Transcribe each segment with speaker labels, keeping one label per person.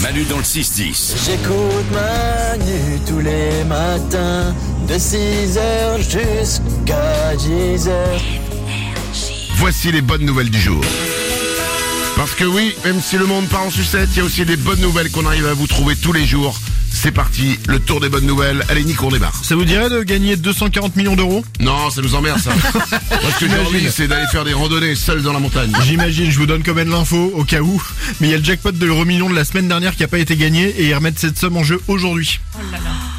Speaker 1: Manu dans le 6-10.
Speaker 2: J'écoute Manu tous les matins, de 6h jusqu'à 10h.
Speaker 3: Voici les bonnes nouvelles du jour. Parce que oui, même si le monde part en sucette, il y a aussi des bonnes nouvelles qu'on arrive à vous trouver tous les jours. C'est parti, le tour des bonnes nouvelles. Allez Nico, on démarre.
Speaker 4: Ça vous dirait de gagner 240 millions d'euros
Speaker 3: Non, ça nous emmerde ça. Moi ce que j'ai envie, c'est d'aller faire des randonnées seules dans la montagne.
Speaker 4: J'imagine, je vous donne quand même l'info au cas où. Mais il y a le jackpot de l'euro million de la semaine dernière qui a pas été gagné et ils remettent cette somme en jeu aujourd'hui.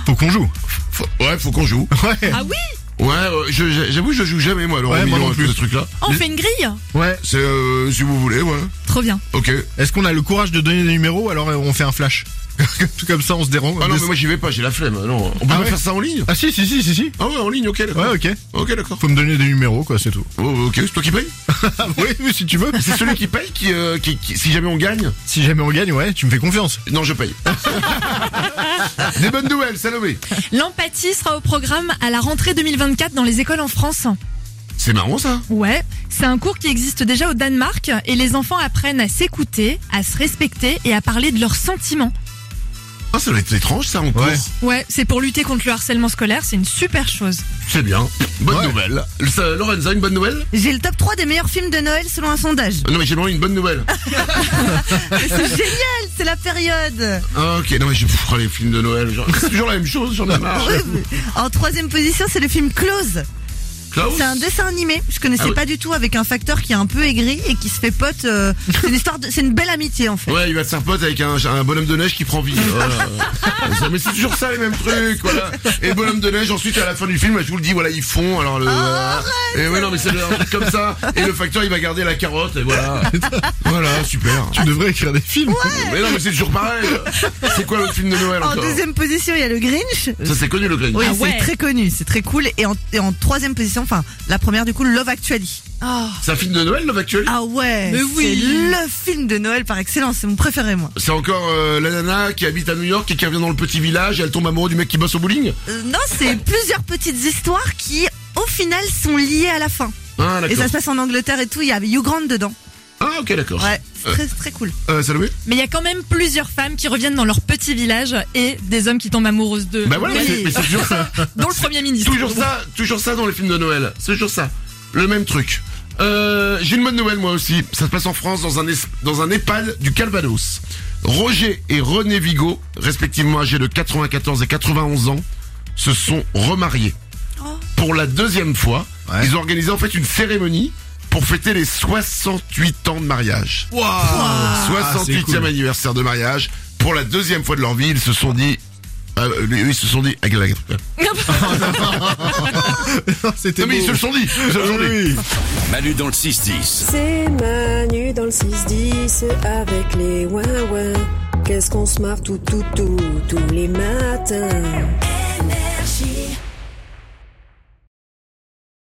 Speaker 4: Faut qu'on joue.
Speaker 3: Faut- ouais, faut qu'on joue.
Speaker 4: Ouais.
Speaker 5: Ah oui
Speaker 3: Ouais, euh, je- j'avoue, je joue jamais moi. Alors,
Speaker 4: Ouais, moi non plus.
Speaker 3: ce truc-là.
Speaker 5: Ah, On fait une grille
Speaker 4: Ouais.
Speaker 3: C'est euh, si vous voulez, ouais. Ah
Speaker 5: Trop bien.
Speaker 3: Ok.
Speaker 4: Est-ce qu'on a le courage de donner des numéros alors euh, on fait un flash Tout comme ça on se dérange.
Speaker 3: Ah non, mais moi j'y vais pas, j'ai la flemme. Non, on peut
Speaker 4: Ah
Speaker 3: pas
Speaker 4: ouais
Speaker 3: faire ça en ligne.
Speaker 4: Ah si si si si si.
Speaker 3: Ah ouais, en ligne, ok. d'accord.
Speaker 4: Ouais ok.
Speaker 3: Ok, d'accord.
Speaker 4: Faut me donner des numéros quoi c'est tout.
Speaker 3: Oh, ok, c'est toi qui paye.
Speaker 4: Ah oui oui, si tu veux.
Speaker 3: C'est celui qui paye qui, euh, qui- qui- si jamais on gagne.
Speaker 4: Si jamais on gagne ouais tu me fais confiance.
Speaker 3: Non, je paye. Des bonnes nouvelles, Salomé.
Speaker 5: L'empathie sera au programme à la rentrée 2024 dans les écoles en France.
Speaker 3: C'est marrant ça.
Speaker 5: Ouais, c'est un cours qui existe déjà au Danemark et les enfants apprennent à s'écouter, à se respecter et à parler de leurs sentiments.
Speaker 3: Ah, ça doit être étrange ça en cours.
Speaker 4: Ouais.
Speaker 5: Ouais, c'est pour lutter contre le harcèlement scolaire, c'est une super chose.
Speaker 3: C'est bien. Bonne
Speaker 4: Ouais.
Speaker 3: nouvelle. Le- ça, Lorenza, une bonne nouvelle
Speaker 6: J'ai le top 3 des meilleurs films de Noël selon un sondage.
Speaker 3: Ah Non, mais j'ai demandé une bonne nouvelle.
Speaker 6: C'est génial, c'est la période.
Speaker 3: Ah, ok, non, mais je prends les films de Noël. genre, C'est toujours la même chose, j'en ai marre.
Speaker 6: Ah En troisième position, c'est le film Close.
Speaker 3: Klaus
Speaker 6: C'est un dessin animé. Je connaissais
Speaker 3: Ah oui.
Speaker 6: pas du tout avec un facteur qui est un peu aigri et qui se fait pote. euh, c'est une histoire, de- c'est une belle amitié en fait.
Speaker 3: Ouais, il va te faire pote avec un, un bonhomme de neige qui prend vie. Voilà. Ça, mais c'est toujours ça les mêmes trucs, voilà. Et le bonhomme de neige, ensuite à la fin du film, je vous le dis, voilà, ils font. Alors
Speaker 6: Oh,
Speaker 3: le. et ouais, non, mais c'est un truc comme ça. Et le facteur, il va garder la carotte, et voilà. voilà, super.
Speaker 4: Tu devrais écrire des films.
Speaker 3: Mais non, mais c'est toujours pareil. C'est quoi le film de Noël
Speaker 6: En
Speaker 3: encore
Speaker 6: deuxième position, il y a le Grinch.
Speaker 3: Ça, c'est connu le Grinch.
Speaker 6: Oui,
Speaker 5: Ah ouais.
Speaker 6: c'est très connu, c'est très cool. Et en, et en troisième position, enfin, la première du coup, Love Actually.
Speaker 3: C'est un film de Noël, Love Actually
Speaker 6: Ah ouais,
Speaker 5: Mais oui.
Speaker 6: c'est le film de Noël par excellence, c'est mon préféré moi.
Speaker 3: C'est encore euh, la nana qui habite à New York et qui revient dans le petit village et elle tombe amoureuse du mec qui bosse au bowling
Speaker 6: Euh, non, c'est plusieurs petites histoires qui, au final, sont liées à la fin.
Speaker 3: Ah,
Speaker 6: Et
Speaker 3: d'accord.
Speaker 6: ça se passe en Angleterre et tout, il y a Hugh Grant dedans.
Speaker 3: Ah, ok, d'accord.
Speaker 6: Ouais, c'est très, très cool.
Speaker 3: Euh, Salomé
Speaker 5: Mais il y a quand même plusieurs femmes qui reviennent dans leur petit village et des hommes qui tombent amoureuses d'eux.
Speaker 3: Bah voilà,
Speaker 5: Oui.
Speaker 3: c'est- mais c'est toujours ça.
Speaker 5: Dont le Premier ministre.
Speaker 3: Toujours ça, toujours ça dans les films de Noël. C'est toujours ça. Le même truc. Euh, J'ai une bonne nouvelle moi aussi. Ça se passe en France dans un, es- dans un EHPAD du Calvados. Roger et René Vigo, respectivement âgés de 94 et 91 ans, se sont remariés. Pour la deuxième fois,
Speaker 4: Ouais.
Speaker 3: ils ont organisé en fait une cérémonie pour fêter les 68 ans de mariage.
Speaker 4: Waouh. Ah,
Speaker 3: 68e anniversaire de mariage. Pour la deuxième fois de leur vie, ils se sont dit... euh, ils se sont dit...
Speaker 4: C'était
Speaker 3: Non mais ils se
Speaker 4: beau.
Speaker 3: le sont dit. Ils se le sont dit.
Speaker 4: Oui.
Speaker 1: Manu dans le 6-10.
Speaker 7: C'est Manu dans le 6-10 avec les ouin-ouin. Qu'est-ce qu'on se marre tout, tout, tout, tous les matins.